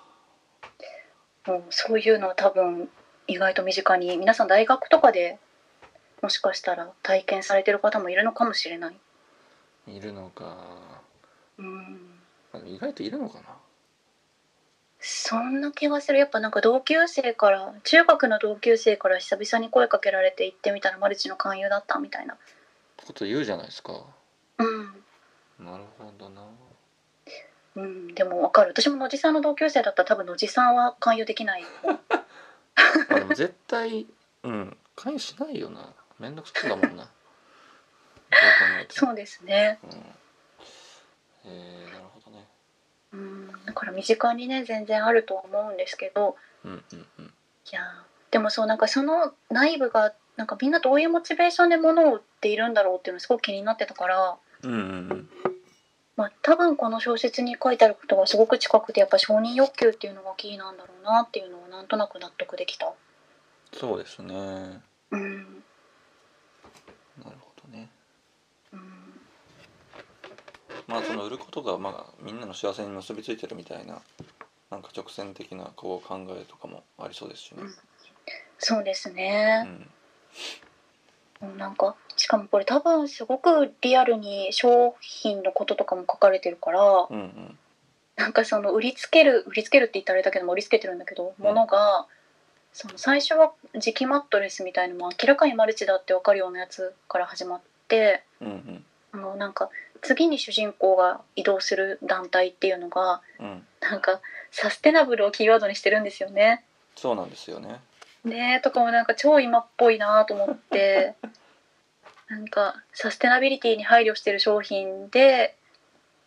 もうそういうのは多分意外と身近に皆さん大学とかでもしかしたら体験されてる方もいるのかもしれない
いるのか
うん
あでも意外といるのかな
そんな気がするやっぱなんか同級生から中学の同級生から久々に声かけられて行ってみたらマルチの勧誘だったみたいな
こと言うじゃないですか
うん、
なるほどな
うん、でもわかる私も野地さんの同級生だったら多分野地さんは勧誘できない
まあでも絶対うん関与しないよなめんどくさいんだもんなどう考えても
そうですね
うんえー、なるほどね
うんだから身近にね全然あるとは思うんですけど
うんうんうん
いやーでもそうなんかその内部がなんかみんなどういうモチベーションで物を売っているんだろうっていうのすごく気になってたから、
うんうんうん
まあ、多分この小説に書いてあることがすごく近くてやっぱ承認欲求っていうのがキーなんだろうなっていうのをなんとなく納得できた。
そうですねな
うん
るほどね
うん
まあその売ることがまあみんなの幸せに結びついてるみたいななんか直線的なこう考えとかもありそうですしね
そうです
う
ね、
ん
なんかしかもこれ多分すごくリアルに商品のこととかも書かれてるから
うんうん
なんかその売りつける売りつけるって言ったらあれだけども売りつけてるんだけどものがその最初は磁気マットレスみたいのも明らかにマルチだってわかるようなやつから始まって
うんうん
あのなんか次に主人公が移動する団体っていうのが
うん
なんかサステナブルをキーワードにしてるんですよね。
そうなんですよね
ねえとかもなんか超今っぽいなと思ってなんかサステナビリティに配慮してる商品で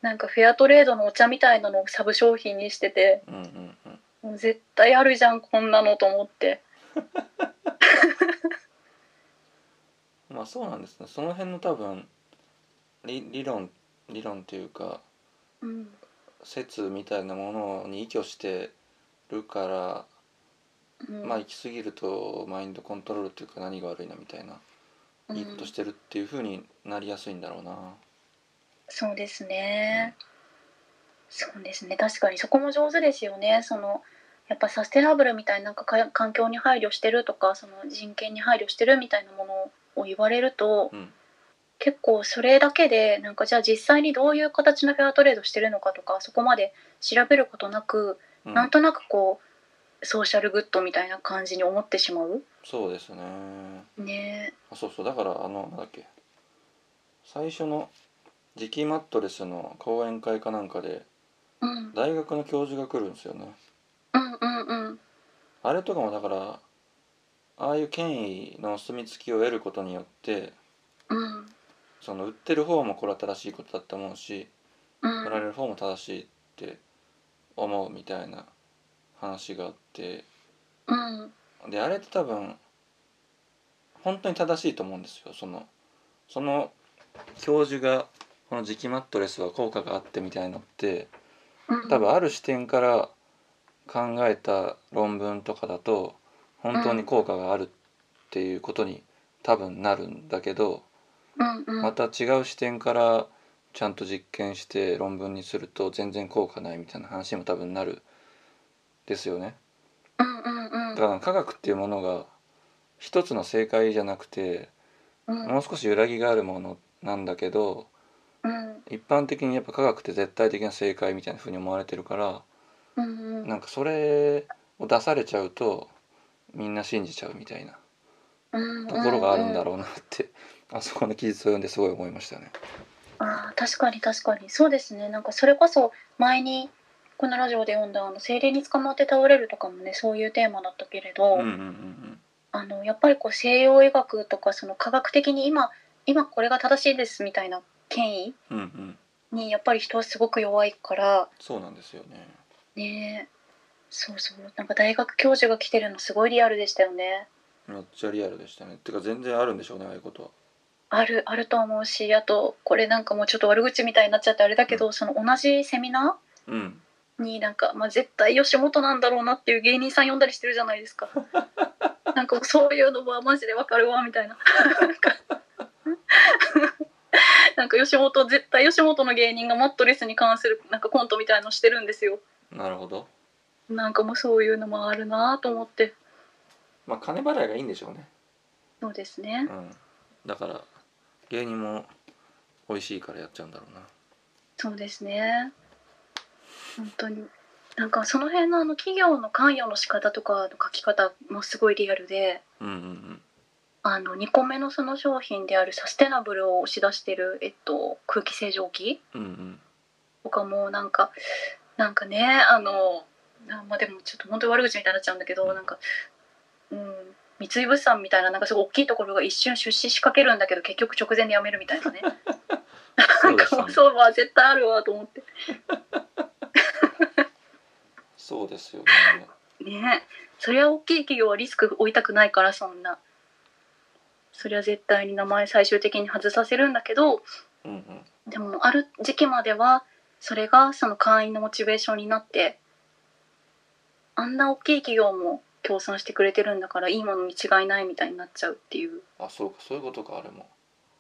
なんかフェアトレードのお茶みたいなのをサブ商品にしてて。
うんうんうん
もう絶対あるじゃんこんなのと思って
まあそうなんですねその辺の多分理理論理論というか
うん
説みたいなものに依拠してるから、
うん
まあ行き過ぎるとマインドコントロールというか何が悪いなみたいな、
うん
いいことしてるっていう風になりやすいんだろうな。
そうですね、そうですね確かにそこも上手ですよねそのやっぱサステナブルみたいななんかか環境に配慮してるとかその人権に配慮してるみたいなものを言われると、
うん
結構それだけでなんかじゃあ実際にどういう形のフェアトレードしてるのかとかそこまで調べることなく、
うん
なんとなくこうソーシャルグッドみたいな感じに思ってしまう
そうですね。
ね
あそうそうだからあのなんだっけ最初の磁気マットレスの講演会かなんかで
うん
大学の教授が来るんですよね。
うんうんうん
あれとかもだからああいう権威の住み着きを得ることによって
うん
その売ってる方もこれは正しいことだと思うし
うん
売られる方も正しいって思うみたいな話があって
うん
であれって多分本当に正しいと思うんですよそのその教授がこの磁気マットレスは効果があってみたいのって
うん
多分ある視点から考えた論文とかだと本当に効果があるっていうことに多分なるんだけど
うんうん
また違う視点からちゃんと実験して論文にすると全然効果ないみたいな話にも多分なるですよね。
うんうんうん
だから科学っていうものが一つの正解じゃなくて
うん
もう少し揺らぎがあるものなんだけど
うん
一般的にやっぱ科学って絶対的な正解みたいな風に思われてるから
うんうん
なんかそれを出されちゃうとみんな信じちゃうみたいな
うん
ところがあるんだろうなってあそこの記述を読んですごい思いましたね。
あー確かに確かにそうですねなんかそれこそ前にこのラジオで読んだあの精霊に捕まって倒れるとかもねそういうテーマだったけれど、
うんうんうん
あのやっぱりこう西洋医学とかその科学的に今今これが正しいですみたいな権威
うんうんうん
にやっぱり人はすごく弱いから
そうなんですよね。
ねえそうそうなんか大学教授が来てるのすごいリアルでしたよね。
めっちゃリアルでしたね。てか全然あるんでしょうねああいうことは。
あるあると思うしあとこれなんかもうちょっと悪口みたいになっちゃってあれだけど、その同じセミナ
うん
ーになんか、まあ、絶対吉本なんだろうなっていう芸人さん呼んだりしてるじゃないですかなんかもうそういうのはマジでわかるわみたいななんか (laughs) なんか吉本絶対吉本の芸人がマットレスに関するなんかコントみたいのしてるんですよ
なるほど。
なんかもうそういうのもあるなと思って
まあ金払いがいいんでしょうね。
そうですね
うん、だから芸人も美味しいからやっちゃうんだろうな
そうですね本当になんかその辺のあの企業の関与の仕方とかの書き方もすごいリアルで
うんうんうん
あの2個目のその商品であるサステナブルを押し出してる、えっと、空気清浄機
うんうん
とかもなんかなんかねあのなまあでもちょっと本当に悪口みたいになっちゃうんだけどなんかうん三井物産みたいななんかすごい大きいところが一瞬出資しかけるんだけど結局直前で辞めるみたいなねなんかもう
そうですね
(laughs) そうは絶対あるわと思って
そうですよね
ねそりゃ大きい企業はリスク負いたくないからそんなそりゃ絶対に名前最終的に外させるんだけど
うんうん
でもある時期まではそれがその会員のモチベーションになってあんな大きい企業も協賛してくれてるんだからいいものに違いないみたいになっちゃうっていう
あそうかそういうことかあれも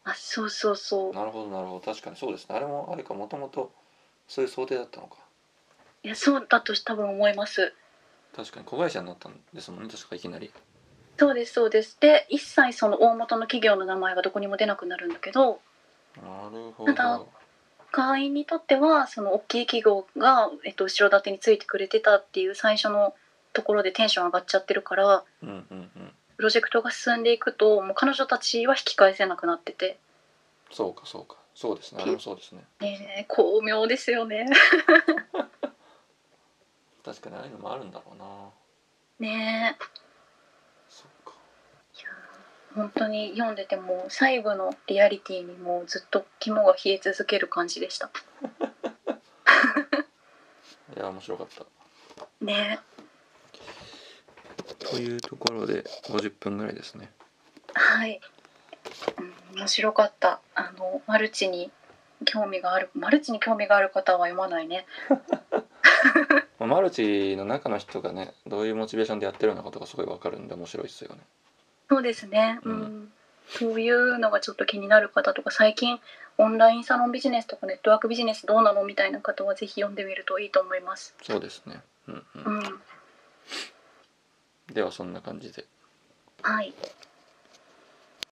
あそうそうそう
なるほどなるほど確かにそうですねあれもあれかもともとそういう想定だったのか
いやそうだと多分思います
確かに子会社になったんですもんね確かいきなり
そうですそうですで一切その大元の企業の名前がどこにも出なくなるんだけど
なるほ
た
ど
だ会員にとってはその大きい企業が、えっと、後ろ盾についてくれてたっていう最初のところでテンション上がっちゃってるから
うんうんうん
プロジェクトが進んでいくともう彼女たちは引き返せなくなってて、
そうかそうかそうですねあれもそうですね
ねえ、巧妙ですよね。 (laughs)
確かにああいうのもあるんだろうな
ねえ
そうか
いや本当に読んでても最後のリアリティにもうずっと肝が冷え続ける感じでした。
いや面白かった
ね
というところで50分ぐらいですね
えはい、うん、面白かったあのマルチに興味があるマルチに興味がある方は読まないね。
まあマルチの中の人がねどういうモチベーションでやってるようなことがすごいわかるんで面白いっすよね
そうですね、う
うん
んそういうのがちょっと気になる方とか最近オンラインサロンビジネスとかネットワークビジネスどうなのみたいな方はぜひ読んでみるといいと思います。
そうですねうんう
うんん、
ではそんな感じで
はい、